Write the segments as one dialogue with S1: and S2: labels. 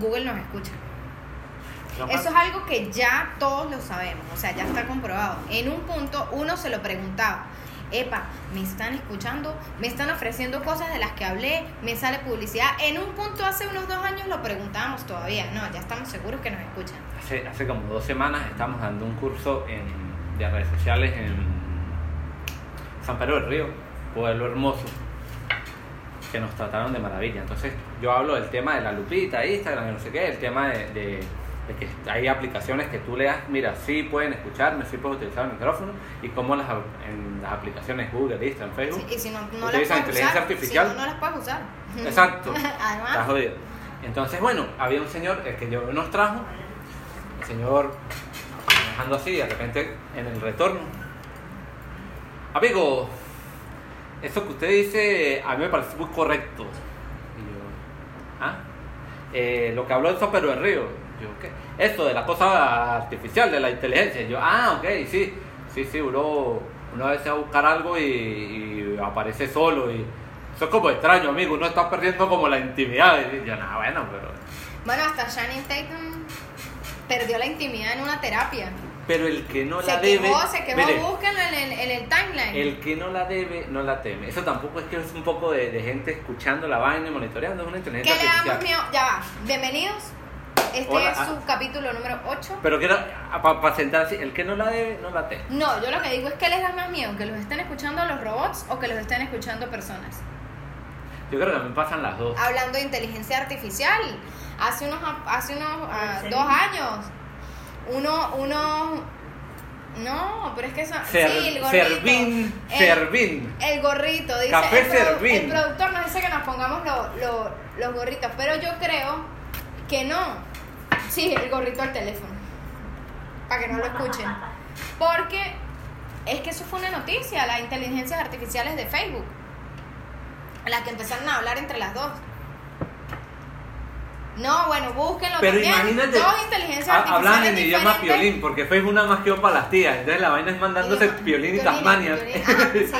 S1: Google nos escucha.
S2: No
S1: Eso
S2: pasa.
S1: es algo que ya todos lo sabemos, o sea, ya está comprobado. En un punto uno se lo preguntaba. Epa, me están escuchando, me están ofreciendo cosas de las que hablé, me sale publicidad. En un punto hace unos dos años lo preguntábamos todavía. No, ya estamos seguros que nos escuchan.
S2: Hace, hace como dos semanas estamos dando un curso en- de redes sociales en San Pedro del Río, pueblo hermoso, que nos trataron de maravilla. Entonces yo hablo del tema de la lupita, Instagram, y no sé qué, el tema de, de- de que hay aplicaciones que tú leas, mira, sí pueden escucharme, sí puedes utilizar el micrófono, y cómo las, ap- en las aplicaciones Google, Instagram, Facebook.
S1: Sí, y si no, no las
S2: Utilizan
S1: puedes
S2: inteligencia
S1: usar.
S2: artificial.
S1: Si no, no las puedes usar.
S2: Exacto.
S1: Además.
S2: Está jodido. Entonces, bueno, había un señor, el que yo nos trajo, el señor manejando así, de repente en el retorno. Amigo, eso que usted dice a mí me parece muy correcto. Y yo, ¿ah? Eh, lo que habló de eso, pero el río. Yo, ¿qué? Eso de la cosa artificial, de la inteligencia. Yo, ah, ok, sí, sí, sí, uno, uno a veces va a buscar algo y, y aparece solo. y Eso es como extraño, amigo, uno está perdiendo como la intimidad. Y yo, nada, bueno, pero...
S1: Bueno, hasta Shannon Tatum perdió la intimidad en una terapia.
S2: Pero el que no
S1: se
S2: la
S1: quejó,
S2: debe...
S1: se quejó,
S2: mire,
S1: búsquenlo en el, en el timeline.
S2: El que no la debe, no la teme. Eso tampoco es que es un poco de, de gente escuchando la vaina y monitoreando, es una
S1: que
S2: inteligencia
S1: le damos
S2: artificial.
S1: miedo. Ya va. Bienvenidos. Este
S2: Hola,
S1: es
S2: ah.
S1: su capítulo número 8.
S2: Pero que para sentar así, el que no la debe, no la teme.
S1: No, yo lo que digo es que les da más miedo que los estén escuchando los robots o que los estén escuchando personas.
S2: Yo creo que a mí me pasan las dos.
S1: Hablando de inteligencia artificial, hace unos, hace unos ah,
S3: ¿En serio?
S1: dos años, uno, uno, no, pero es que eso,
S2: Ser-
S1: sí, el Eh, gorrito,
S2: Servín,
S1: el-
S2: Servín.
S1: El gorrito, dice
S2: Café
S1: el, produ-
S2: Servín.
S1: el productor nos dice que nos pongamos lo- lo- los gorritos, pero yo creo que no. Sí, el gorrito al teléfono, para que no lo escuchen. Porque es que eso fue una noticia, las inteligencias artificiales de Facebook, las que empezaron a hablar entre las dos. No, bueno, búsquenlo
S2: Pero
S1: también.
S2: imagínate,
S1: Dos inteligencias
S2: ha-
S1: artificiales
S2: hablan en idioma
S1: diferentes.
S2: piolín, porque Facebook nada más quedó para las tías. Entonces la vaina es mandándose
S1: Idioma-
S2: piolín y
S1: piolina,
S2: Tasmania.
S1: piolina, ah, sí.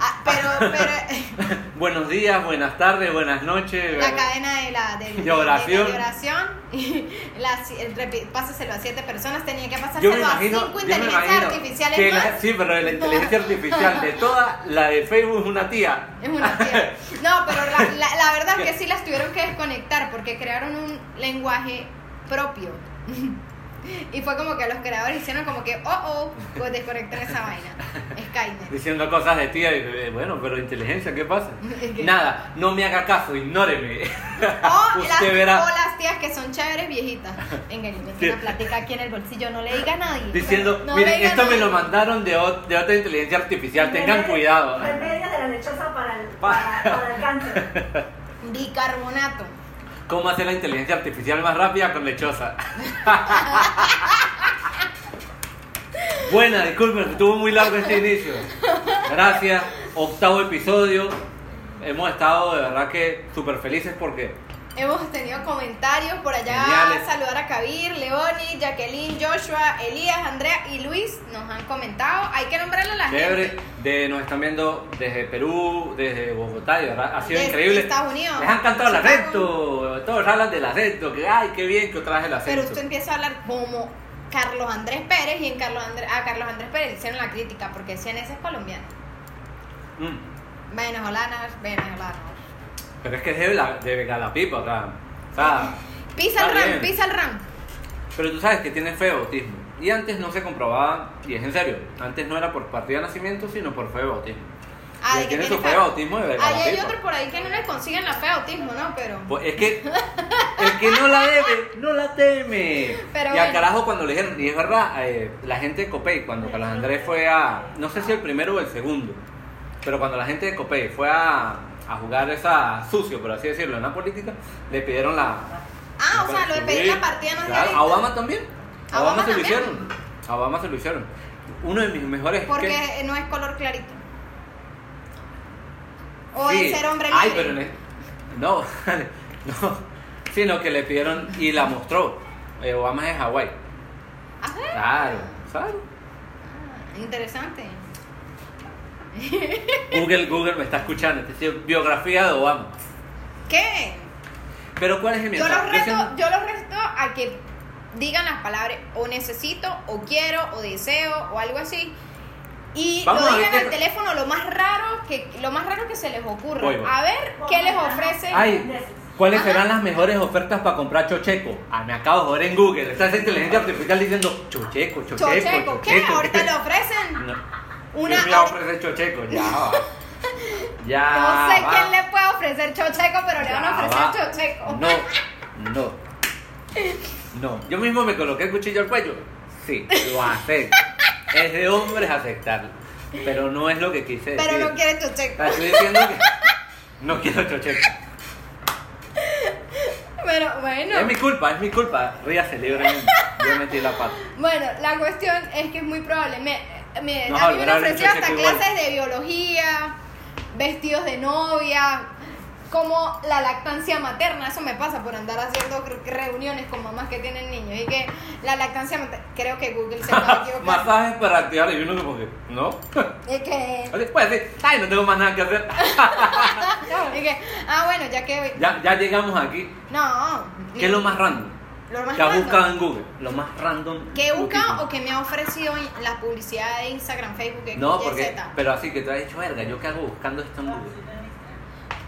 S1: Ah, pero, pero,
S2: Buenos días, buenas tardes, buenas noches.
S1: La cadena de la de,
S2: De
S1: de-
S2: oración.
S1: de oración. La si- el repi- pásaselo a siete personas, tenía que
S2: Yo me
S1: pasárselo a
S2: imagino,
S1: cinco
S2: yo me
S1: inteligencias
S2: imagino que
S1: artificiales
S2: la-
S1: más.
S2: sí, pero la inteligencia artificial de toda la de Facebook es una tía.
S1: Es una tía. No, pero la, la- la verdad es que sí las tuvieron que desconectar porque crearon un lenguaje propio. Y fue como que los creadores hicieron como que, oh, oh, pues desconecten esa vaina. Skynet.
S2: Diciendo cosas de tía y eh, bueno, pero inteligencia, ¿qué pasa?
S1: Es que-
S2: Nada, no me haga caso, ignóreme.
S1: O las,
S2: Usted verá.
S1: o las tías que son chéveres viejitas. Venga, yo me
S2: Sí.
S1: una platica aquí en el bolsillo, no le diga a nadie.
S2: Diciendo,
S1: No le
S2: miren,
S1: diga a
S2: esto me
S1: nadie".
S2: lo mandaron de, ot- de otra inteligencia artificial, tengan
S3: Remedio-
S2: cuidado.
S3: Remedio de la lechosa para el,
S2: Pa-
S3: para, para el cáncer.
S1: Bicarbonato.
S2: ¿Cómo hacer la inteligencia artificial más rápida con lechosa? Buena, disculpen, estuvo muy largo este inicio. Gracias, octavo episodio. Hemos estado de verdad que súper felices porque
S1: Hemos tenido comentarios por allá.
S2: Geniales.
S1: Saludar a Kabir, Leoni, Jacqueline, Joshua, Elías, Andrea y Luis nos han comentado. Hay que nombrarle a la
S2: chévere,
S1: gente.
S2: de, nos están viendo desde Perú, desde Bogotá, y de verdad ha sido
S1: Desde
S2: increíble.
S1: Estados Unidos.
S2: Les han cantado el
S1: Chicago.
S2: acento, todos hablan del acento, que ay, qué bien que otra vez el acento.
S1: Pero usted empieza a hablar como Carlos Andrés Pérez y en Carlos Andrés, a Carlos Andrés Pérez le hicieron la crítica porque decían ese es colombiano.
S2: Mm.
S1: Venezolanas, venezolanos.
S2: Pero es que es de, la, de Galapipa, o sea, o sea,
S1: Pisa el
S2: Está
S1: ram,
S2: bien.
S1: pisa el ram.
S2: Pero tú sabes que tiene fe bautismo. Y antes no se comprobaba, y es en serio, antes no era por partida de nacimiento, sino por fe de bautismo.
S1: Ah,
S2: Y
S1: de que
S2: tiene su
S1: tiene
S2: fe de
S1: fe.
S2: bautismo de verdad.
S1: Ahí hay otro por ahí que no le consiguen la fe de autismo, ¿no? Pero.
S2: Pues es que el que no la debe, no la teme.
S1: Pero
S2: y
S1: bueno.
S2: al carajo cuando le dijeron, y es verdad, eh, la gente de Copey, cuando Carlos Andrés fue a, no sé si el primero o el segundo, pero cuando la gente de Copey fue a, a jugar esa sucio, por así decirlo, en la política, le pidieron la...
S1: Ah, o sea, lo de pedir
S2: Sí,
S1: la partida no es
S2: claro.
S1: realista.
S2: A Obama también.
S1: ¿A
S2: A Obama,
S1: Obama
S2: se lo
S1: también?
S2: hicieron. A Obama se lo hicieron. Uno de mis mejores...
S1: Porque
S2: que-
S1: no es color clarito. O
S2: Sí.
S1: es ser hombre libre.
S2: Ay, pero en el- no, no, sino que le pidieron y la mostró. Eh, Obama es de Hawái.
S1: Ajá,
S2: Claro, claro.
S1: interesante.
S2: Google, Google me está escuchando. Este es biografía de Obama.
S1: ¿Qué?
S2: Pero ¿cuál es el miedo?
S1: Yo
S2: O sea,
S1: los, reto,
S2: siento-
S1: yo los reto a que digan las palabras o necesito, o quiero, o deseo, o algo así. Y
S2: Vamos a
S1: lo
S2: ver
S1: digan
S2: qué-
S1: al teléfono lo más raro que lo más raro que se les ocurra.
S2: Voy, voy.
S1: A ver qué les ofrecen.
S2: Ay, ¿cuáles
S1: Ajá.
S2: serán las mejores ofertas para comprar chocheco? Ah, me acabo de joder en Google. Está esa inteligencia artificial diciendo chocheco, chocheco, chocheco. Este,
S1: Chocheco, ¿qué? Ahorita le ofrecen
S2: No.
S1: una.
S2: ¿Quién me va a ofrecer chocheco? Ya va. Ya
S1: No sé
S2: Ah, va.
S1: quién le puede ofrecer chocheco, pero le van a
S2: Ya
S1: ofrecer
S2: va.
S1: chocheco.
S2: No, no. No. Yo mismo me coloqué el cuchillo al cuello. Sí, lo acepto. es de hombres aceptarlo. Pero no es lo que quise decir.
S1: Pero no quiere
S2: O
S1: chocheco.
S2: sea, estoy diciendo que no quiero chocheco.
S1: Pero bueno.
S2: Ah. Es mi culpa, es mi culpa. Ríase libremente. Yo metí la pata.
S1: Bueno, la cuestión es que es muy probable. Me, me-
S2: No,
S1: a mí me
S2: ahora
S1: han
S2: lo
S1: ofrecido
S2: chequeo
S1: hasta
S2: igual.
S1: clases de biología, vestidos de novia, como la lactancia materna. Eso me pasa por andar haciendo creo que reuniones con mamás que tienen niños. Y que la lactancia materna. Creo que Google se va a equivocar.
S2: Masajes para activar y uno como que, ¿no?
S1: Y que,
S2: Así, Pues sí, ay, no tengo más nada que hacer.
S1: y que, ah, bueno, ya que.
S2: Ya, ya llegamos aquí.
S1: No.
S2: ¿Qué es lo más random?
S1: Lo más
S2: que has
S1: random.
S2: buscado en Google. Lo más random.
S1: ¿Que he buscado
S2: Google.
S1: o que me ha ofrecido en la publicidad de Instagram, Facebook, X,
S2: No,
S1: Y,
S2: porque.
S1: Z? Ah.
S2: Pero así que tú has dicho, verga, ¿yo qué hago buscando esto en Google?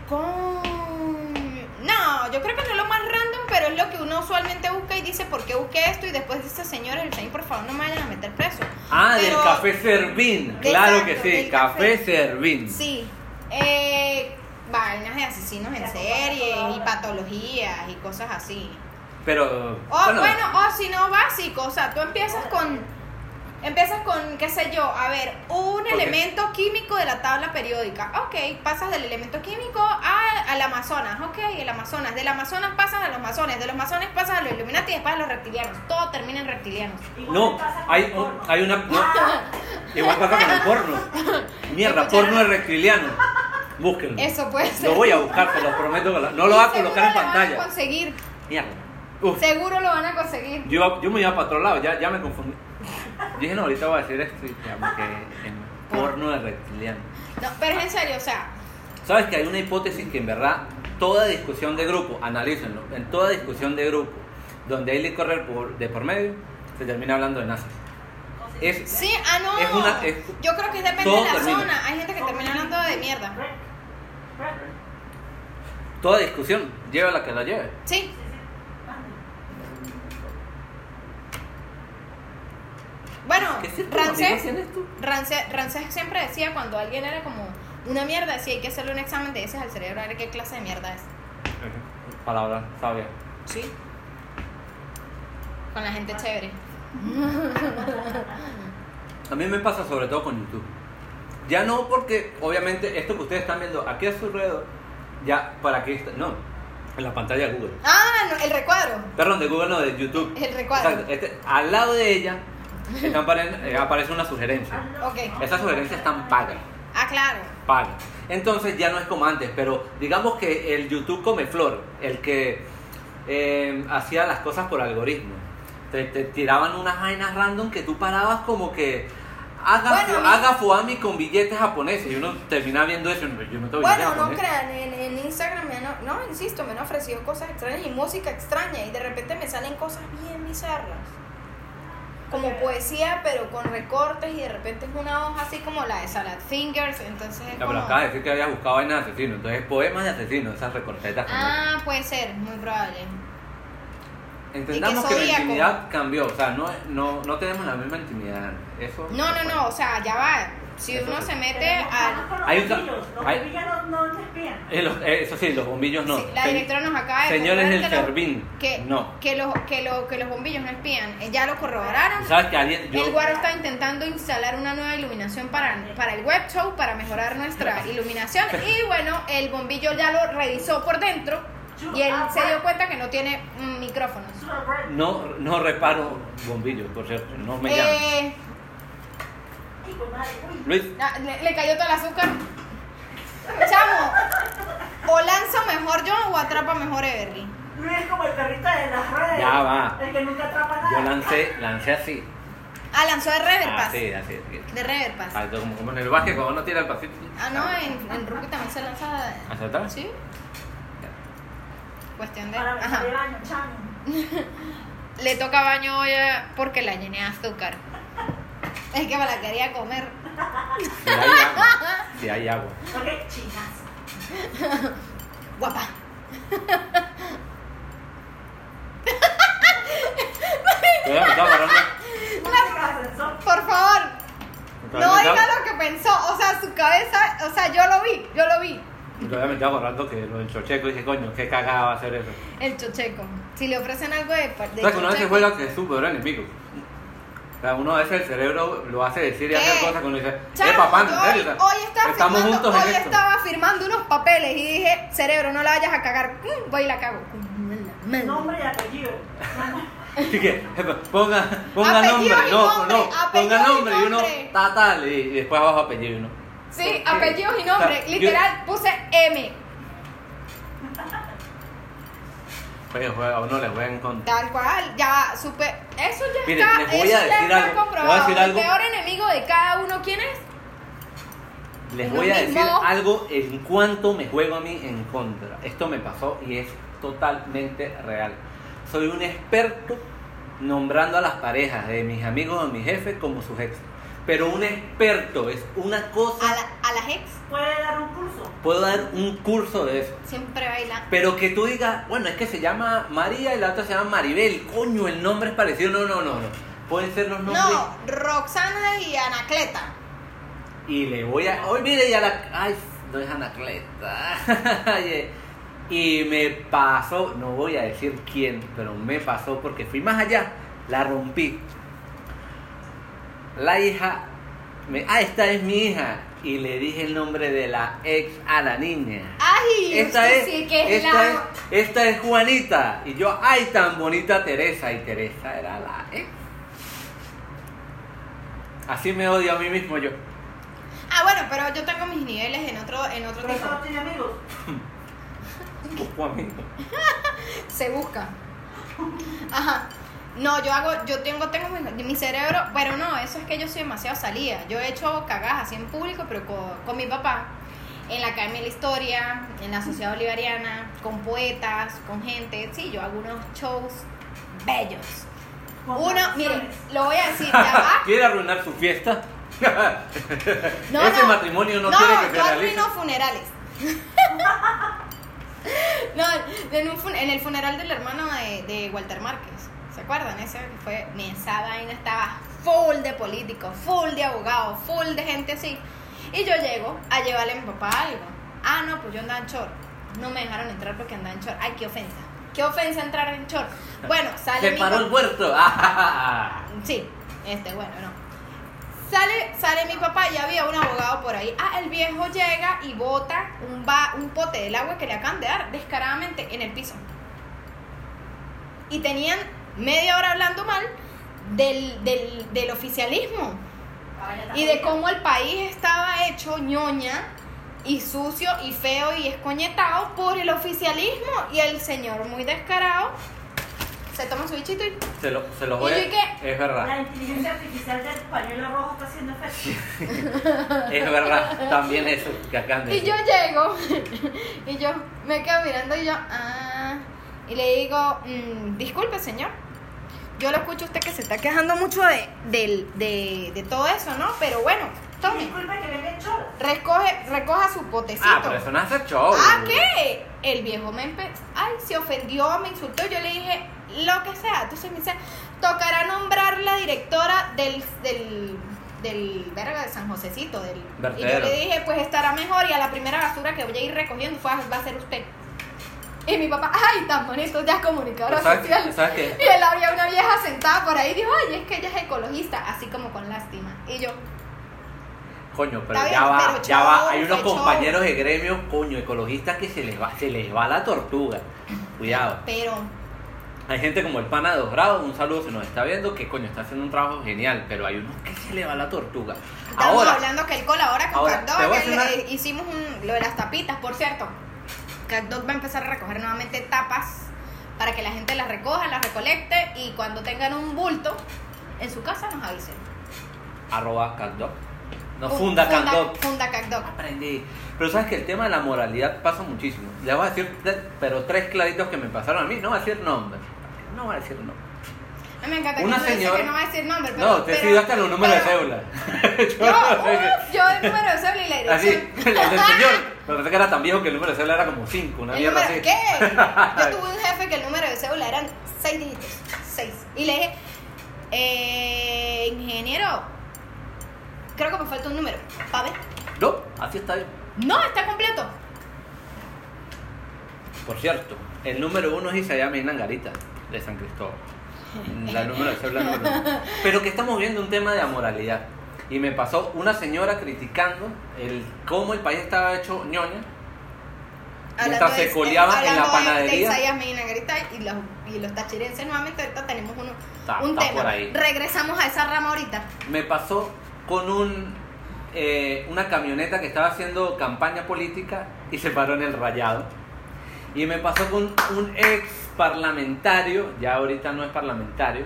S1: Con- No, yo creo que no es lo más random, pero es lo que uno usualmente busca y dice por qué busqué esto y después dice, señores, el por favor no me vayan a meter preso.
S2: Ah,
S1: Pero-
S2: del café Servín. Claro que
S1: Exacto,
S2: sí,
S1: del
S2: café,
S1: café.
S2: Servín.
S1: Sí. Eh, vainas de asesinos en serie y patologías y cosas así.
S2: Pero.
S1: O Oh, bueno, o si no básico, o sea, tú empiezas con... Empiezas con, qué sé yo, a ver, un
S2: qué?
S1: elemento químico de la tabla periódica. Ok, pasas del elemento químico a- al Amazonas. Ok, el Amazonas. Del Amazonas pasas a los masones. De los masones pasas a los Illuminati y después a los reptilianos. Todo termina en reptilianos.
S2: No, hay, un- hay una. no. Igual pasa con el porno. Mierda,
S1: Escucharon.
S2: porno de reptiliano. Búsquenlo.
S1: Eso puede ser.
S2: Lo voy a buscar, te lo prometo. que lo- No lo
S1: Y
S2: voy a colocar
S1: seguro
S2: en
S1: lo Van a
S2: pantalla.
S1: conseguir.
S2: Mierda. Uf,
S1: Seguro lo van a conseguir.
S2: yo, iba- yo me iba para otro lado, ya, ya me confundí. Yo dije, no, ahorita voy a decir esto y ya me quedé en porno de reptiliano.
S1: No, pero es en serio, o sea,
S2: Sabes que hay una hipótesis que en verdad toda discusión de grupo, analícenlo, en toda discusión de grupo donde hay correr por, de por medio, se termina hablando de nazis. Es,
S1: sí, ah, no.
S2: Es una- es-
S1: yo creo que depende
S2: todo
S1: de la
S2: termina.
S1: zona. Hay gente que termina hablando de mierda.
S2: toda discusión lleva la que la lleve.
S1: Sí. Bueno,
S2: ¿Qué cierto
S1: Ramsés,
S2: motivación es tú?
S1: Ramsés, Ramsés siempre decía cuando alguien era como una mierda, decía hay que hacerle un examen de esas al cerebro a ver qué clase de mierda es.
S2: Palabra sabia.
S1: Sí. Con la gente chévere.
S2: A mí me pasa sobre todo con YouTube. Ya no porque, obviamente, esto que ustedes están viendo aquí a su alrededor, ya para que está, no, en la pantalla de Google.
S1: Ah, no, el recuadro.
S2: Perdón, de Google no, de YouTube.
S1: El recuadro.
S2: Exacto. Este- al lado de ella están paren- eh, aparece una sugerencia.
S1: Ok.
S2: Esas sugerencias están pagas,
S1: Ah, claro.
S2: pagas. Entonces ya no es como antes, pero digamos que el YouTube come flor, el que eh, hacía las cosas por algoritmo. Te, te tiraban unas vainas random que tú parabas como que haga,
S1: Bueno,
S2: fu-
S1: a mí-
S2: haga fuami con billetes japoneses y uno termina viendo eso. "No, Yo no tengo
S1: Bueno,
S2: billetes
S1: no
S2: japoneses".
S1: crean, en, en Instagram me han, no, insisto, me han ofrecido cosas extrañas y música extraña y de repente me salen cosas bien bizarras. Como poesía, pero con recortes y de repente es una hoja así como la de Salad Fingers, entonces es
S2: Ya,
S1: como-
S2: pero acaba de decir que había buscado vainas de asesinos, entonces poemas de asesinos, esas recortetas. que me-
S1: Ah, puede ser, muy probable.
S2: Entendamos
S1: y
S2: que,
S1: que
S2: la
S1: zodíaco.
S2: intimidad cambió, o sea, no, no, no tenemos la misma intimidad. Eso
S1: No, no, no, o sea, ya va. Si
S2: Eso
S1: uno
S2: sí.
S1: se mete al...
S2: Hay
S3: Hay
S2: un
S3: un
S2: ca-
S3: Los
S2: hay-
S3: bombillos no- no te espían.
S2: Eh, los- eh, eso sí, los bombillos no.
S1: Sí, la
S2: Se-
S1: directora nos acaba de
S2: Señores del
S1: confirmar que
S2: Servín,
S1: los- que,
S2: no.
S1: que, los, que, los, que los bombillos no espían, Eh, ya lo corroboraron.
S2: ¿Sabes que alguien.? Yo,
S1: El Guaro está intentando instalar una nueva iluminación para, para el web show, para mejorar nuestra iluminación. Y bueno, el bombillo ya lo revisó por dentro y él
S2: Ah,
S1: se
S2: pues.
S1: dio cuenta que no tiene mm, micrófonos.
S2: no, no reparo bombillos, por cierto, no me llaman.
S1: Eh,
S3: Hijo, madre, uy.
S2: Luis,
S1: ah, le, le cayó todo el azúcar. Chamo, o lanzo mejor yo o atrapa mejor Everly.
S3: Luis es como el perrito de las redes.
S2: Ya va.
S3: El que nunca atrapa nada.
S2: yo lancé, lancé así.
S1: Ah, lanzó de Reverpass.
S2: Así, así. así.
S1: De Reverpass.
S2: Ah, como, como en el básquet, cuando uno tira el pasito.
S1: Ah, no, en, en rugby también se lanza.
S2: ¿Hacia atrás?
S1: ¿Sí? cuestión de...
S3: Para me
S1: Ajá.
S3: salió el año, chamo.
S1: Le toca baño hoy eh, porque la llené de azúcar. Es que me la quería comer.
S2: Si hay agua. Si hay agua.
S3: Ok, chinas.
S1: Guapa.
S2: Te voy a meter para una-
S3: Música de ascensor.
S1: Por favor,
S2: te voy a
S1: no
S2: meter-
S1: diga lo que pensó. O sea, su cabeza, o sea, yo lo vi, yo lo vi.
S2: Yo ya me estaba acordando que lo del chocheco y dije, coño, qué cagada va a ser eso.
S1: El chocheco. Si le ofrecen algo de, de
S2: ¿Sabes que uno a veces
S1: chocheco-
S2: juega que es su peor enemigo? O sea, uno a veces el cerebro lo hace decir y
S1: ¿Qué?
S2: hacer cosas que uno dice,
S1: Chamo,
S2: eh, papá, en
S1: yo
S2: serio,
S1: hoy,
S2: o sea,
S1: hoy estaba
S2: estamos
S1: firmando,
S2: juntos
S1: hoy
S2: en esto.
S1: estaba firmando unos papeles y dije, cerebro, no la vayas a cagar. Mm, voy y la cago.
S3: Nombre y apellido.
S2: Así que, jefe, ponga, ponga
S1: Apellido
S2: nombre,
S1: y
S2: no,
S1: nombre,
S2: no,
S1: apellido
S2: ponga
S1: y
S2: nombre y uno,
S1: nombre.
S2: ta, tal, y, y después abajo apellido y uno.
S1: Sí,
S2: ¿Por qué?
S1: apellidos y
S2: O
S1: nombres.
S2: sea, yo-
S1: Literal, puse M.
S2: Pues juega- a uno le juegan con.
S1: Tal cual, ya supe. Eso ya
S2: Miren,
S1: está,
S2: les voy
S1: eso
S2: a
S1: ya
S2: decir
S1: está
S2: algo,
S1: comprobado.
S2: les voy a decir algo.
S1: El peor enemigo de cada uno, ¿quién es?
S2: Les
S1: lo
S2: voy a decir
S1: mismo.
S2: algo en cuanto me juego a mí en contra. Esto me pasó y es totalmente real. Soy un experto nombrando a las parejas de mis amigos o mis jefes como sus ex. Pero un experto es una
S1: A,
S2: cosa.
S1: la- a las ex.
S3: Puede dar un curso.
S2: Puedo dar un curso de eso.
S1: Siempre baila.
S2: Pero que tú digas, bueno, es que se llama María y la otra se llama Maribel. Coño, el nombre es parecido. No, no, no, no. Pueden ser los nombres.
S1: No, Roxana y Anacleta.
S2: Y le voy a. hoy mire! Ya la. ¡Ay! No es Anacleta. Oye, y me pasó, no voy a decir quién, pero me pasó porque fui más allá. La rompí. La hija. Me, ah, esta es mi hija. Y le dije el nombre de la ex a la niña.
S1: Ay,
S2: Esta
S1: usted
S2: es,
S1: sí que es
S2: esta,
S1: la.
S2: es, esta es Juanita. Y yo, ay, tan bonita Teresa. Y Teresa era la ex. Así me odio a mí mismo yo.
S1: Ah, bueno, pero yo tengo mis niveles en otro, en otro
S3: Pero
S1: tipo.
S3: eso no tiene amigos.
S2: Ojo, amigo.
S1: Se busca. Ajá. No, yo hago, yo tengo, tengo mi, mi cerebro, pero no, eso es que yo soy demasiado salida. Yo he hecho cagadas así en público, pero co- con, mi papá, en la Academia de la Historia, en la Sociedad Bolivariana, con poetas, con gente, sí, yo hago unos shows bellos.
S3: Con
S1: Uno,
S3: canciones.
S1: miren, lo voy a decir, ya va.
S2: ¿Quiere arruinar su fiesta?
S1: No,
S2: Ese
S1: no.
S2: matrimonio no, quiere que se
S1: yo
S2: realice.
S1: arruino funerales. no, en, un fun- en el funeral del hermano de, de Walter Márquez. ¿Se acuerdan? Ese que fue. Esa vaina estaba full de políticos, full de abogados, full de gente así. Y yo llego a llevarle a mi papá algo. Ah, no, pues yo andaba en short. No me dejaron entrar porque andaba en short. Ay, qué ofensa. Qué ofensa entrar en short. Bueno, sale
S2: Se
S1: mi
S2: paró
S1: papá-
S2: el Ah, huerto.
S1: Sí, este, bueno, no. Sale, sale mi papá y había un abogado por ahí. Ah, el viejo llega y bota un, ba- un pote del agua que le acaban de dar descaradamente en el piso. Y tenían media hora hablando mal del, del, del oficialismo
S3: Vaya,
S1: y de cómo el país estaba hecho ñoña y sucio y feo y escoñetado por el oficialismo. Y el señor, muy descarado, se toma su bichito y
S2: se lo, se lo
S1: ¿Y
S2: voy a...
S1: yo qué?
S2: Es
S3: La
S2: verdad,
S3: inteligencia artificial del pañuelo rojo está haciendo efecto.
S2: es verdad. También eso que acaban de
S1: Y yo
S2: decir.
S1: llego y yo me quedo mirando y yo, ah, y le digo, mm, disculpe señor, yo lo escucho a usted que se está quejando mucho de, del- de, de todo eso, ¿no? Pero bueno, tome,
S3: Disculpa que venga el cholo.
S1: recoge, recoja su potecito.
S2: Ah, pero eso no hace show.
S1: ¿Ah, qué? El viejo me empe- ay, se ofendió, me insultó. Yo le dije lo que sea. Entonces me dice, tocará nombrar la directora del, del, del verga de San Josecito. Del... Y yo
S2: Vertedero.
S1: le dije, pues estará mejor y a la primera basura que voy a ir recogiendo fue a- va a ser usted. Y mi papá, ay, tan bonito, ya es comunicadora
S2: Pero ¿Sabes,
S1: social.
S2: ¿Sabes qué?
S1: Y él había una vieja sentada por ahí y dijo, ay, es que ella es ecologista, así como con lástima. Y yo,
S2: Coño, pero
S1: Está bien,
S2: ya va,
S1: pero
S2: ya
S1: show,
S2: va. Hay unos
S1: fue show.
S2: compañeros de gremio, coño, ecologistas que se les va, se les va la tortuga. Cuidado.
S1: pero,
S2: Hay gente como el pana de Dorado, un saludo si nos está viendo, que coño, está haciendo un trabajo genial, pero hay unos que se le va la tortuga.
S1: estamos
S2: Ahora,
S1: hablando que él colabora con
S2: ahora,
S1: Cat Dog,
S2: te voy a
S1: que
S2: hacer
S1: le-
S2: una-
S1: hicimos un- lo de las tapitas, por cierto. Cat Dog va a empezar a recoger nuevamente tapas para que la gente las recoja, las recolecte y cuando tengan un bulto en su casa nos avisen.
S2: arroba CatDog. No,
S1: Fu-
S2: funda
S1: Funda,
S2: candop.
S1: funda candop.
S2: Aprendí. Pero sabes que el tema de la moralidad pasa muchísimo. Le voy a decir, tre- pero tres claritos que me pasaron a mí. No voy a decir nombres. No voy a decir nombres.
S1: A mí me encanta
S2: Una
S1: que me dice
S2: señora-
S1: que no va a decir nombre, pero...
S2: No, te
S1: pero-
S2: he hasta los números de
S1: pero-
S2: cédula.
S1: Yo, uf, yo el número de cédula y la dirección.
S2: Así, el del señor. Me parece que era tan viejo que el número de cédula era como 5, una
S1: El
S2: mierda
S1: número-
S2: así.
S1: ¿Qué? Yo tuve un jefe que el número de cédula eran seis dígitos. Seis. Y le dije, eh, ingeniero, creo que me falta un número. Pa' ver.
S2: No, así está bien.
S1: No, está completo.
S2: Por cierto, el número uno es Isayama Nangarita, de San Cristóbal. La número de cédula número uno. Pero que estamos viendo un tema de amoralidad. Y me pasó una señora criticando el cómo el país estaba hecho ñoña. Mientras se
S1: de-
S2: coleaba en la
S1: hablando de-
S2: panadería.
S1: De Isaías Medina Grita y los, y los tachirenses nuevamente. Ahorita tenemos uno,
S2: Está-
S1: un
S2: está
S1: tema.
S2: por ahí.
S1: Regresamos a esa rama ahorita.
S2: Me pasó con un, eh, una camioneta que estaba haciendo campaña política y se paró en el rayado. Y me pasó con un ex parlamentario, ya ahorita no es parlamentario,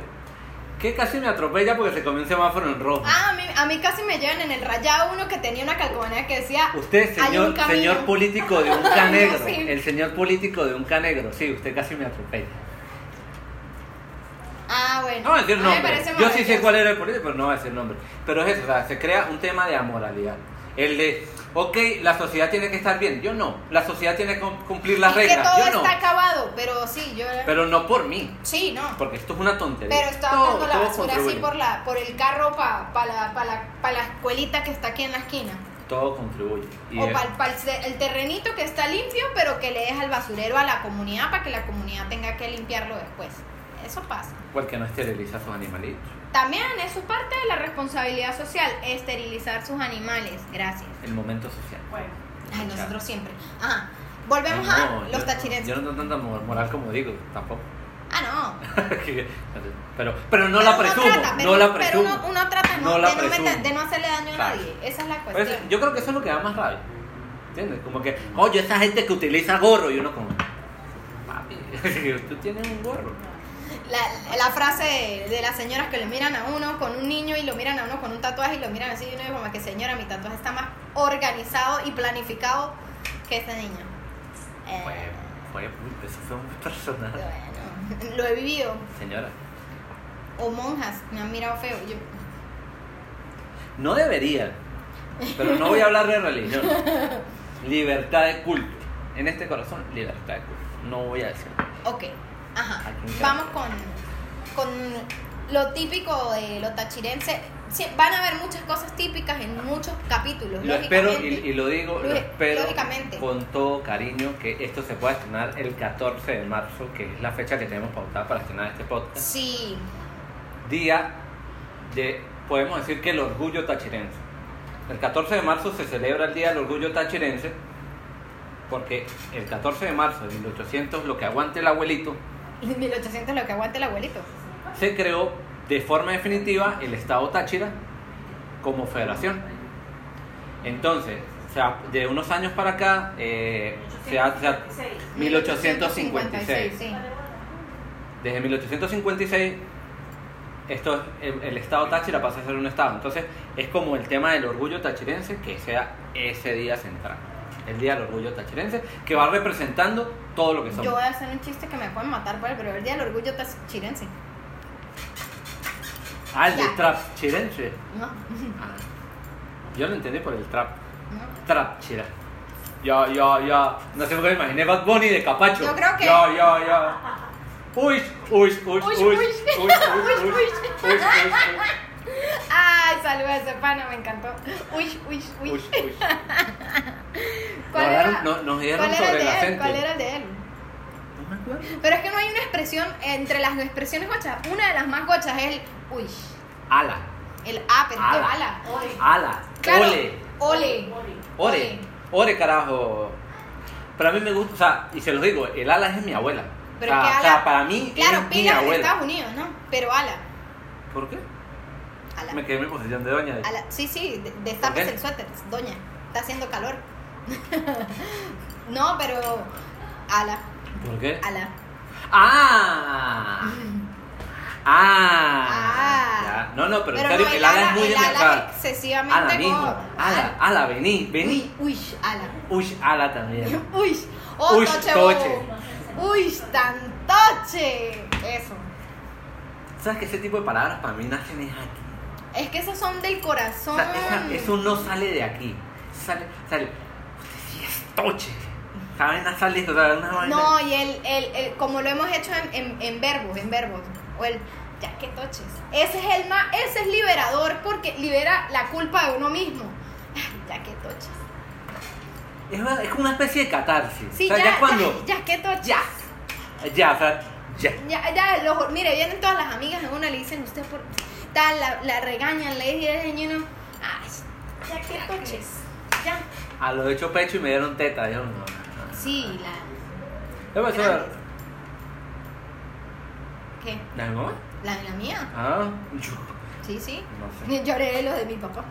S2: que casi me atropella porque se comió un semáforo en rojo.
S1: Ah, a mí, a mí casi me llevan en el rayado uno que tenía una calcomanía que decía...
S2: Usted,
S1: "Hay un
S2: señor,
S1: camino".
S2: señor político de un canegro.
S1: Sí.
S2: El señor político de un canegro. Sí, usted casi me atropella.
S1: Ah, bueno.
S2: No voy a decir
S1: mí me
S2: nombre.
S1: parece
S2: Yo sí sé
S1: maravilloso.
S2: cuál era el político, pero no voy a decir nombre. Pero es eso, o sea, se crea un tema de amoralidad. El de, ok, la sociedad tiene que estar bien. Yo no. La sociedad tiene que cum- cumplir las
S1: Es
S2: reglas.
S1: que todo
S2: Yo no.
S1: está acabado, pero sí, yo...
S2: Pero no por mí.
S1: sí, no.
S2: Porque esto es una tontería.
S1: Pero está
S2: Todo-
S1: dando la
S2: todos
S1: basura así
S2: contribuyen.
S1: por, la, por el carro para pa la, pa la, pa la escuelita que está aquí en la esquina.
S2: Todo contribuye. Y
S1: o
S2: es-
S1: para el terrenito que está limpio, pero que le deja el basurero a la comunidad para que la comunidad tenga que limpiarlo después. Eso pasa.
S2: porque no esteriliza a sus animalitos.
S1: También eso es parte de la responsabilidad social, esterilizar sus animales. Gracias.
S2: El momento social.
S3: Bueno,
S1: Ay, nosotros siempre. Ajá. Volvemos
S2: No,
S1: a
S2: yo-
S1: los tachirenses.
S2: Yo no tengo tanta mor- moral como digo, tampoco.
S1: Ah, no.
S2: pero, pero no la
S1: Pero uno
S2: presumo,
S1: trata, pero-
S2: no la
S1: Pero
S2: presumo.
S1: uno, uno trata no,
S2: No la
S1: de, no meter-
S2: presumo.
S1: de no hacerle daño a
S2: Claro.
S1: nadie. Esa es la
S2: Pues,
S1: cuestión.
S2: yo creo que eso es lo que da más rabia. ¿Entiendes? Como que, oye, esa gente que utiliza gorro y uno como, papi, tú tienes un gorro.
S1: La, la frase de, de las señoras que lo miran a uno con un niño y lo miran a uno con un tatuaje y lo miran así y uno dice como que señora, mi tatuaje está más organizado y planificado que este niño. Eh,
S2: Fue, fue, uy, pues, eso fue muy personal.
S1: bueno, lo he vivido.
S2: Señora,
S1: O monjas me han mirado feo. Yo,
S2: no debería, pero no voy a hablar de religión. Libertad de culto. En este corazón, libertad de culto. No voy a decir.
S1: ok, ajá.
S2: Aquí está.
S1: Vamos con, con lo típico de lo tachirense. Sí, van a haber muchas cosas típicas en muchos capítulos.
S2: Lo espero y,
S1: lógicamente.
S2: y lo digo, lo
S1: Lógi-
S2: espero
S1: lógicamente.
S2: con todo cariño que esto se pueda estrenar el 14 de marzo, que es la fecha que tenemos pautada para estrenar este podcast.
S1: Sí,
S2: Día de, podemos decir que el orgullo tachirense. El 14 de marzo se celebra el Día del Orgullo Tachirense, porque el 14 de marzo de 1800, lo que aguante el abuelito,
S1: 1800 lo que aguante el abuelito.
S2: se creó de forma definitiva el Estado Táchira como federación. Entonces, o sea, de unos años para acá, eh, se ha- se ha-
S3: 856.
S2: 1856.
S1: sí.
S2: desde 1856, esto es- el, el Estado Táchira pasa a ser un Estado. Entonces, es como el tema del orgullo tachirense que sea ese día central. El Día del Orgullo Tachirense, que va representando todo lo que somos.
S1: Yo voy a hacer un chiste que me pueden matar por el primer día del orgullo chirense.
S2: Ah, el de
S1: Ya. Mm.
S2: trap chirense.
S1: No,
S2: Ah, yo lo entendí por el trap.
S1: no.
S2: Trap chira. Ya, ya, ya. No sé por qué me imaginé Bad Bunny de Capacho.
S1: Yo creo que-
S2: Ya, ya, ya. Uy, uy, uy, uy.
S1: Uy,
S2: Uy, uy, uy.
S1: uy.
S2: uy, uy, uy,
S1: Ay, saludos a ese pana, me encantó. Uy, uy, uy.
S2: uy, uy, uy.
S1: ¿Cuál
S2: Nos
S1: era?
S2: dieron- no- nos dieron
S1: ¿Cuál era el
S2: sobre el
S1: de él?
S2: acento.
S1: ¿Cuál era el de él?
S2: No me acuerdo.
S1: Pero es que no hay una expresión entre las expresiones gochas. Una de las más gochas es el uy.
S2: Ala,
S1: El ah, pero qué
S2: Ala.
S1: bala.
S3: Ore.
S2: ala,
S1: Claro,
S2: ole,
S1: Ole.
S3: Ore.
S2: ore, ore carajo. Pero a mí me gusta, o sea, y se los digo, el ala es mi abuela.
S1: Pero
S2: o, sea,
S1: es que
S2: o sea,
S1: ala-
S2: para mí
S1: Claro,
S2: es mi
S1: pilas de
S2: abuela.
S1: Estados Unidos, ¿no? Pero ala.
S2: ¿Por qué?
S1: Ala.
S2: Me quedé en mi posición de doña.
S1: A la- sí, sí, de- destápese
S2: Ok.
S1: el suéter, doña. Está haciendo calor. no, pero. Ala,
S2: ¿Por qué?
S1: ala.
S2: Ah. Ah.
S1: Ah.
S2: Ya. No, No, no, pero,
S1: Pero
S2: en serio,
S1: no,
S2: el ala es muy
S1: el ala
S2: delicada.
S1: es excesivamente
S2: Ala mismo.
S1: gordo.
S2: Ala, ala, vení, vení.
S1: Uy, uy, ala.
S2: Uy, ala también.
S1: Uy, oh,
S2: Uy,
S1: toche,
S2: toche.
S1: oh. Uy, tan toche. Eso.
S2: ¿Sabes que ese tipo de palabras para mí nacen es aquí?
S1: Es que esos son del
S2: O
S1: corazón.
S2: sea, esa- eso no sale de aquí. Sale, sale. pues, Usted sí es toche. ¿Saben? Sale, o sea, una vaina-
S1: No, y el, el, el- como lo hemos hecho en, en- en verbos, en verbos. O el ya que toches. Ese es el más, ese es liberador porque libera la culpa de uno mismo. Ya que toches.
S2: Es, una, es como una especie de catarsis.
S1: Sí,
S2: o sea, ya, cuando.
S1: Ya, ya que toches.
S2: Ya. Ya, o sea, ya.
S1: Ya, ya, los- mire, vienen todas las amigas en una, le dicen, usted por tal, la, la regañan, le dicen, you know, ay, ya que toches, ya.
S2: A los hecho pecho y me dieron teta. Yo no. no, no.
S1: Sí, la,
S2: ¿Qué pasó?
S1: Grandes. ¿qué?
S2: ¿La mamá?
S1: La, la mía,
S2: Ah, yo.
S1: sí, sí.
S2: No sé.
S1: Lloré lo de mi papá.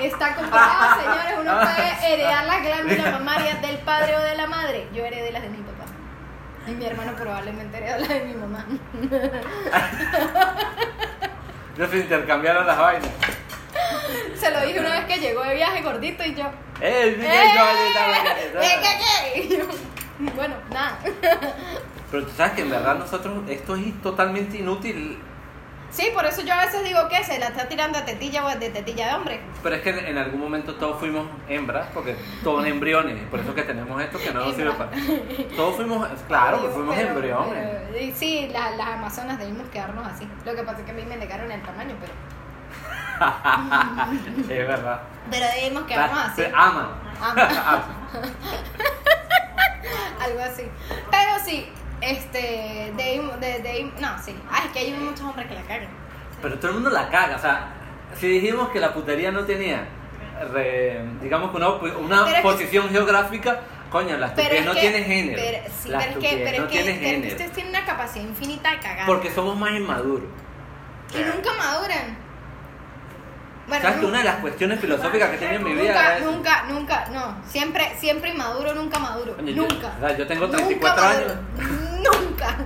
S1: Está comparado, señores, uno puede heredar las glándulas mamarias del padre o de la madre. Yo heredé las de mi papá. Y mi hermano probablemente heredó las de mi mamá.
S2: No se intercambiaron las vainas.
S1: Se lo dije una vez que llegó de viaje gordito y yo.
S2: ¡Eh! sí,
S1: ¡Eh!
S2: ya, ya, ya, ya, ya.
S1: ¿Qué, qué, qué? Y yo, Bueno, nada.
S2: Pero tú sabes que en verdad nosotros esto es totalmente inútil.
S1: Sí, por eso yo a veces digo que se la está tirando a tetilla o de tetilla de hombre.
S2: Pero es que en algún momento todos fuimos hembras, porque todos son embriones, por eso que tenemos esto que no nos sirve
S1: Hembra.
S2: para. Todos fuimos, claro, que fuimos
S1: Pero-
S2: embriones.
S1: pero, eh, sí, la- las amazonas debimos quedarnos así. Lo que pasa es que a mí me negaron el tamaño, pero.
S2: Es verdad.
S1: Pero debimos
S2: Ah,
S1: quedarnos así.
S2: Pero ama.
S1: Ah, algo así. Pero sí, este. Debimos. de- debimos- no, sí. Ah, es que hay muchos hombres que la cagan.
S2: Pero todo el mundo la caga, o sea, si dijimos que la putería no tenía, re- digamos que una, una
S1: Pero es que-
S2: posición geográfica, coño, la
S1: Pero
S2: estupidez
S1: es
S2: no
S1: que-
S2: tiene género.
S1: Pero, sí,
S2: la
S1: pero es que,
S2: estupidez
S1: pero
S2: no
S1: es que, pero es
S2: tiene
S1: que
S2: género.
S1: ustedes tienen una capacidad infinita de cagar.
S2: Porque somos más inmaduros.
S1: Y nunca maduran. Bueno,
S2: ¿Sabes que
S1: nun-
S2: una de las cuestiones filosóficas que he tenido en mi vida
S1: nunca,
S2: era eso?
S1: nunca, nunca, no. Siempre, siempre inmaduro, nunca maduro.
S2: Coño, yo-
S1: nunca.
S2: o sea, yo tengo
S1: Nunca
S2: 34
S1: maduro.
S2: años.
S1: Nunca.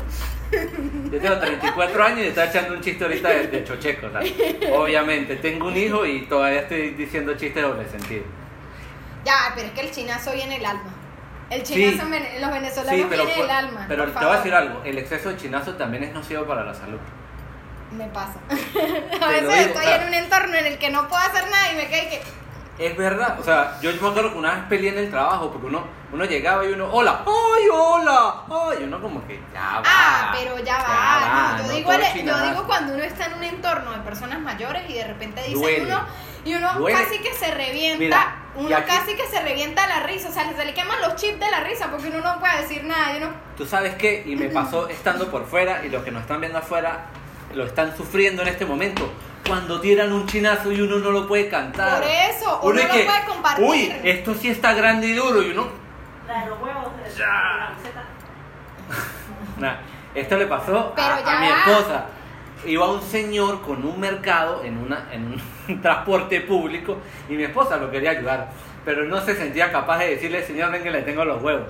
S2: Yo tengo 34 años y estaba echando un chiste ahorita de, de chocheco, o sea, Obviamente, tengo un hijo y todavía estoy diciendo chistes doble sentido.
S1: Ya, pero es que el chinazo viene el alma. El chinazo,
S2: Sí.
S1: en Vene- los venezolanos
S2: Sí, pero,
S1: viene
S2: por-
S1: el alma.
S2: pero
S1: por
S2: te voy a
S1: favor.
S2: decir algo, el exceso de chinazo también es nocivo para la salud.
S1: Me pasa.
S2: lo
S1: A veces
S2: digo,
S1: estoy
S2: o sea-
S1: en un entorno en el que no puedo hacer nada y me cae que.
S2: Es verdad, o sea, yo me acuerdo que una vez peleé en el trabajo porque uno, uno llegaba y uno, hola, ay, hola, ay, y uno como que ya va.
S1: Ah, pero ya va. no, yo,
S2: no
S1: digo,
S2: todo
S1: el- yo
S2: chinazo.
S1: digo cuando uno está en un entorno de personas mayores y de repente dice
S2: Duele.
S1: uno y uno
S2: Duele.
S1: casi que se revienta,
S2: Mira, y
S1: uno
S2: aquí-
S1: casi que se revienta la risa, o sea, se le queman los chips de la risa porque uno no puede decir nada, y uno
S2: Tú sabes qué, y me pasó estando por fuera, y los que nos están viendo afuera lo están sufriendo en este momento. Cuando tiran un chinazo y uno no lo puede cantar.
S1: Por eso, uno
S2: es
S1: no puede compartir.
S2: Uy, esto sí está grande y duro, y uno.
S3: La de los huevos, de
S2: Ya.
S3: la buceta.
S2: Nah, esto le pasó
S1: Pero
S2: a,
S1: ya
S2: a mi
S1: va.
S2: esposa. Iba un señor con un mercado en, una, en un transporte público y mi esposa lo quería ayudar, pero no se sentía capaz de decirle, señor, ven que le tengo los huevos.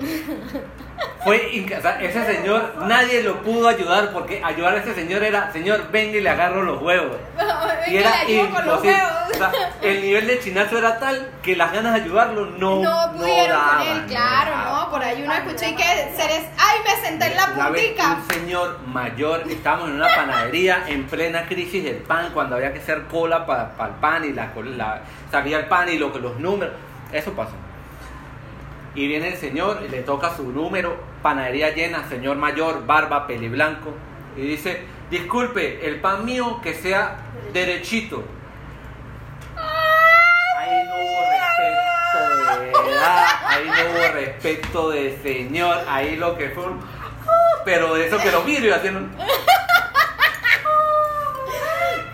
S2: Fue inca- o sea, ese señor, nadie lo pudo ayudar porque ayudar a ese señor era, señor, venga y le agarro los huevos.
S1: venga,
S2: Y
S1: le
S2: era
S1: ayudo con los
S2: imposible. O
S1: huevos.
S2: sea, el nivel de chinazo era tal que las ganas de ayudarlo no,
S1: No pudieron con él,
S2: daban,
S1: claro,
S2: daban.
S1: no, por ahí uno escuché que se les ay me senté en la
S2: Una vez
S1: puntica.
S2: Un señor mayor, estábamos en una panadería en plena crisis del pan, cuando había que hacer cola para el pan y la, col- la- salía el pan y lo, que- los números. Eso pasó. Y viene el señor, y le toca su número, panadería llena, señor mayor, barba, peli blanco, y dice, disculpe, el pan mío que sea derechito. Ahí no hubo respeto de edad, ahí no hubo respeto de señor, ahí lo que fue un... Pero de eso que lo miro y haciendo... un-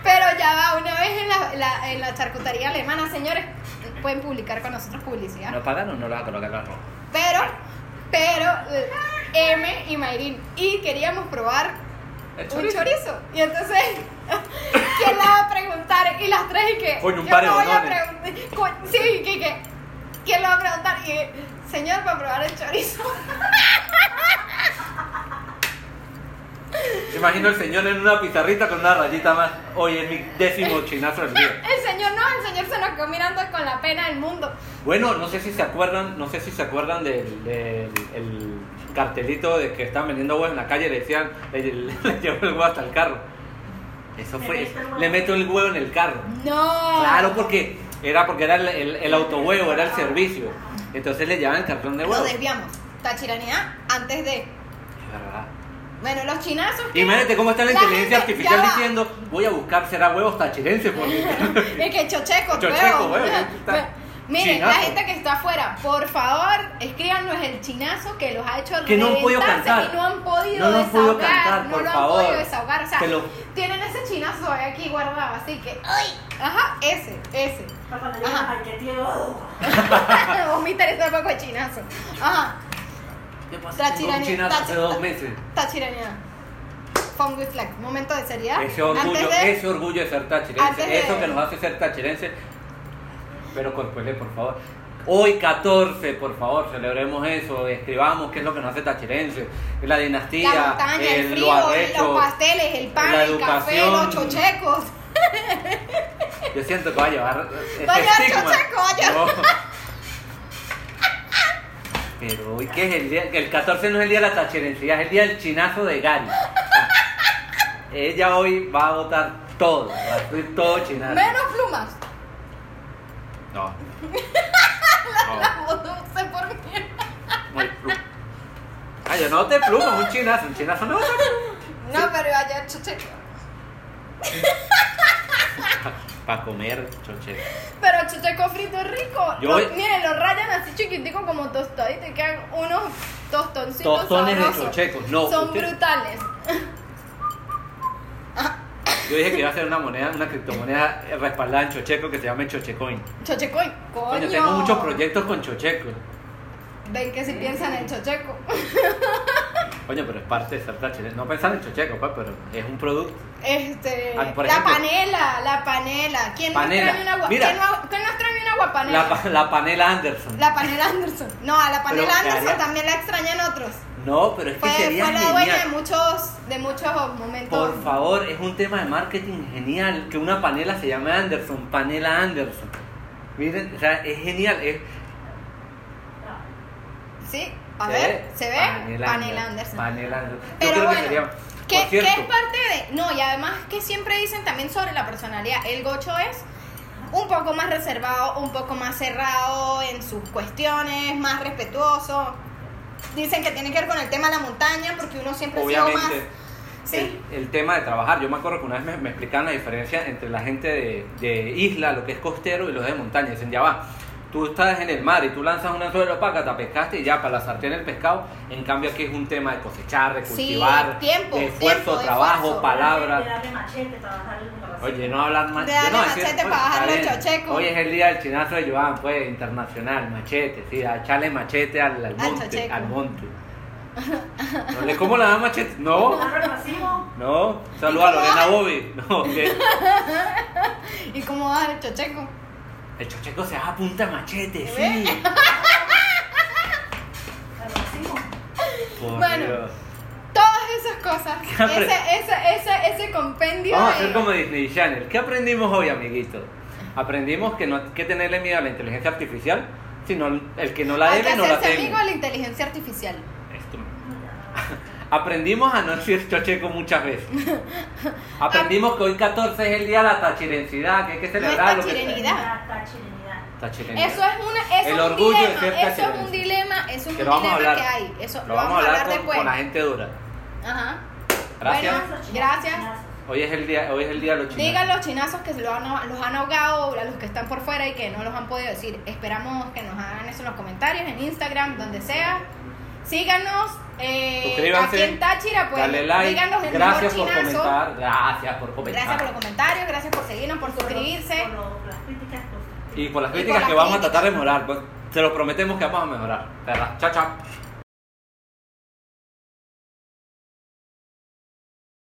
S1: Pero ya va, una vez en la, la- en la charcutería alemana, señores, pueden publicar con nosotros publicidad.
S2: ¿No pagan o no lo colocar la ropa?
S1: Pero, pero, eh, M y Mayrin. Y queríamos probar
S2: El
S1: un
S2: chorizo.
S1: chorizo. Y entonces, ¿quién la va a preguntar? Y las tres y que.
S2: Coño, un
S1: yo no voy a
S2: paredonones.
S1: preguntar. Co- Sí, y que, que. ¿Quién lo va a preguntar? Y señor, para probar el chorizo.
S2: imagino al señor en una pizarrita con una rayita más. Hoy es mi décimo chinazo del día.
S1: El señor no, el señor se nos quedó mirando con la pena del mundo.
S2: Bueno, no sé si se acuerdan, no sé si se acuerdan del, del- el cartelito de que estaban vendiendo agua en la calle, le decían, le, le llevo el huevo hasta el carro. Eso
S3: Le
S2: fue,
S3: meto el huevo.
S2: le meto el huevo en el carro.
S1: No.
S2: Claro, porque era porque era el, el, el autohuevo, era el servicio. Entonces le llevaban el cartón de
S1: Lo
S2: huevo.
S1: desviamos. Tachiranidad antes de.
S2: Es verdad.
S1: Bueno, los chinazos. que-
S2: Imagínate cómo está la, inteligencia
S1: gente-
S2: artificial
S1: ya va.
S2: diciendo, voy a buscar, será huevos tachirenses, porque
S1: Es que chocheco,
S2: Chocheco,
S1: veo.
S2: veo, está.
S1: Miren,
S2: Chinazo.
S1: la gente que está afuera, por favor, escríbanos el chinazo que los ha hecho
S2: Que no han podido
S1: reventarse
S2: cantar.
S1: y no han podido
S2: No lo han podido
S1: desahogar,
S2: cantar,
S1: no
S2: por
S1: lo han
S2: favor.
S1: podido desahogar, o sea,
S2: Que lo-
S1: tienen ese chinazo todavía aquí guardado, así que, ay, ajá, ese, ese.
S3: Para cuando llegas,
S1: Ajá.
S3: ay, qué tío. oh.
S1: Vomitar ese poco de chinazo. Ajá,
S2: yo pasé
S1: Tachiranía,
S2: un chinazo hace
S1: tachi-
S2: dos meses.
S1: está chiranía. Fun with flag, momento de seriedad.
S2: Ese orgullo,
S1: Antes de-
S2: ese orgullo de ser
S1: Antes
S2: tachirense,
S1: de-
S2: eso que nos hace ser tachirense. Pero corpele, por favor. Hoy 14, por favor, celebremos eso, escribamos qué es lo que nos hace tachirense, la dinastía,
S1: la montaña, el,
S2: el, lo
S1: frío, eh,
S2: arrecho.
S1: los pasteles, el pan,
S2: la
S1: el café, los
S2: educación.
S1: chochecos.
S2: Yo siento que va a llevar ese
S1: Va a llevar
S2: estigma.
S1: chochaco, va a llevar-
S2: No. Pero hoy que es el día, el 14 no es el día de la tachirencidad, es el día del chinazo de Gary. Ella hoy va a votar todo, va a decir todo chinazo.
S1: Menos plumas.
S2: No.
S1: Las voté por mí.
S2: No, hay pluma. Ay, yo no te plumas, un chinazo, un chinazo no.
S1: No, pero ayer chocheco.
S2: Para comer, choche.
S1: Pero chocheco frito rico.
S2: Yo
S1: Lo-
S2: voy-
S1: mimiren, lo rayan así chiquitico como tostaditos y quedan unos tostoncitos
S2: Tostones de
S1: sabrosos.
S2: chochecos, no,
S1: Son
S2: usted-
S1: brutales.
S2: Yo dije que iba a hacer una moneda, una criptomoneda respaldada en chocheco que se llame chochecoin.
S1: Chocheco, coño.
S2: Coño, tengo muchos proyectos con chocheco.
S1: Ven que si piensan en chocheco.
S2: Coño, pero es parte de ser tachirense. No pensar en chocheco, pues, pero es un producto.
S1: Este,
S2: Ah, por
S1: la
S2: ejemplo.
S1: panela, la panela. ¿Quién
S2: Panela.
S1: nos trae una agua?
S2: Mira.
S1: ¿Quién, no- quién nos trae una agua panela?
S2: La, pa- la panela Anderson.
S1: La panela Anderson. No, a la panela
S2: Pero,
S1: Anderson
S2: Karen-
S1: también la extrañan otros.
S2: No, pero es que
S1: Fue,
S2: sería
S1: fue la dueña de
S2: genial.
S1: muchos, de muchos momentos.
S2: Por favor, es un tema de marketing genial que una panela se llame Anderson, panela Anderson. Miren, o sea, es genial. Es,
S1: Sí, a
S2: ¿se
S1: ver,
S2: ve?
S1: ¿se ve?
S2: Panela,
S1: Panela Anderson.
S2: Panela Anderson. Yo
S1: Pero
S2: creo
S1: bueno,
S2: que sería.
S1: ¿qué,
S2: por
S1: qué
S2: cierto,
S1: es parte de...? No, y además que siempre dicen también sobre la personalidad. El gocho es un poco más reservado, un poco más cerrado en sus cuestiones, más respetuoso. Dicen que tiene que ver con el tema de la montaña porque uno siempre ha sido
S2: obviamente.
S1: más... Sí,
S2: el, el tema de trabajar. Yo me acuerdo que una vez me, me explicaban la diferencia entre la gente de, de isla, lo que es costero, y los de montaña. Dicen, ya va, tú estás en el mar y tú lanzas un anzuelo para te pescaste y ya para la sartén el pescado. En cambio, aquí es un tema de cosechar, de
S1: Sí,
S2: cultivar,
S1: tiempo,
S2: de esfuerzo,
S1: tiempo, de
S2: trabajo,
S1: esfuerzo.
S2: palabras.
S3: De darle machete para bajar el corazón.
S2: Oye, no hablar más.
S1: De
S2: yo
S1: darle
S2: no decir,
S1: machete
S2: "Oye,
S1: para bajar
S2: está
S1: los
S2: bien,
S1: chochecos".
S2: Hoy es el día del chinazo de Joan, pues, internacional, machete, sí, a echarle machete al, al
S1: Al
S2: monte.
S1: chocheco.
S2: Al monte. No le como la da machete. No,
S3: Ahora lo hacemos.
S2: no. Saludos a Lorena Bobby. No, que
S1: ¿y cómo va el chocheco?
S2: el chocheco se apunta a machete,
S1: ¿Ve?
S2: sí.
S3: Ahora lo hacemos.
S2: Por
S1: Bueno,
S2: Dios.
S1: Todas esas cosas,
S2: ¿Qué apre-
S1: ese, ese, ese, ese compendio
S2: Vamos a
S1: de-
S2: hacer como Disney Channel. ¿Qué aprendimos hoy, amiguito? Aprendimos que no hay que tenerle miedo a la inteligencia artificial, sino el que no la
S1: Hay que
S2: debe no la
S1: hacerse
S2: teme.
S1: amigo de la inteligencia artificial.
S2: Esto- Aprendimos a no decir chocheco muchas veces. Aprendimos que hoy 14 es el día de la tachirencidad, que hay que celebrar
S1: No es
S2: lo que-
S1: tachirenidad.
S3: La tachirenidad.
S2: Tachirenidad.
S1: Eso es una, eso es
S2: El
S1: un
S2: orgullo de
S1: dilema,
S2: ser
S1: eso es un
S2: tachirense.
S1: dilema, eso es
S2: Que
S1: un
S2: lo vamos a
S1: dilema
S2: hablar.
S1: que hay. Eso
S2: Lo vamos a hablar, con,
S1: después.
S2: con la gente dura.
S1: Ajá.
S2: Gracias.
S1: Bueno, gracias.
S2: Hoy es el día, hoy es el día de los chinos.
S1: Digan los chinazos que lo han- los han ahogado, a los que están por fuera y que no los han podido decir. Esperamos que nos hagan eso en los comentarios, en Instagram, donde sea. Síganos. Eh,
S2: Suscríbanse,
S1: aquí en Táchira, pues
S2: Dale like.
S1: díganos el
S2: Gracias
S1: mejor
S2: por
S1: chinazo.
S2: comentar. Gracias por comentar.
S1: Gracias por los comentarios, gracias por seguirnos, por suscribirse.
S3: Por lo- por las críticas
S2: Y por las
S1: Y
S2: críticas
S1: por
S2: que
S1: las
S2: vamos a tratar de mejorar. Pues, te lo prometemos que vamos a mejorar. Perra. Chao, chao.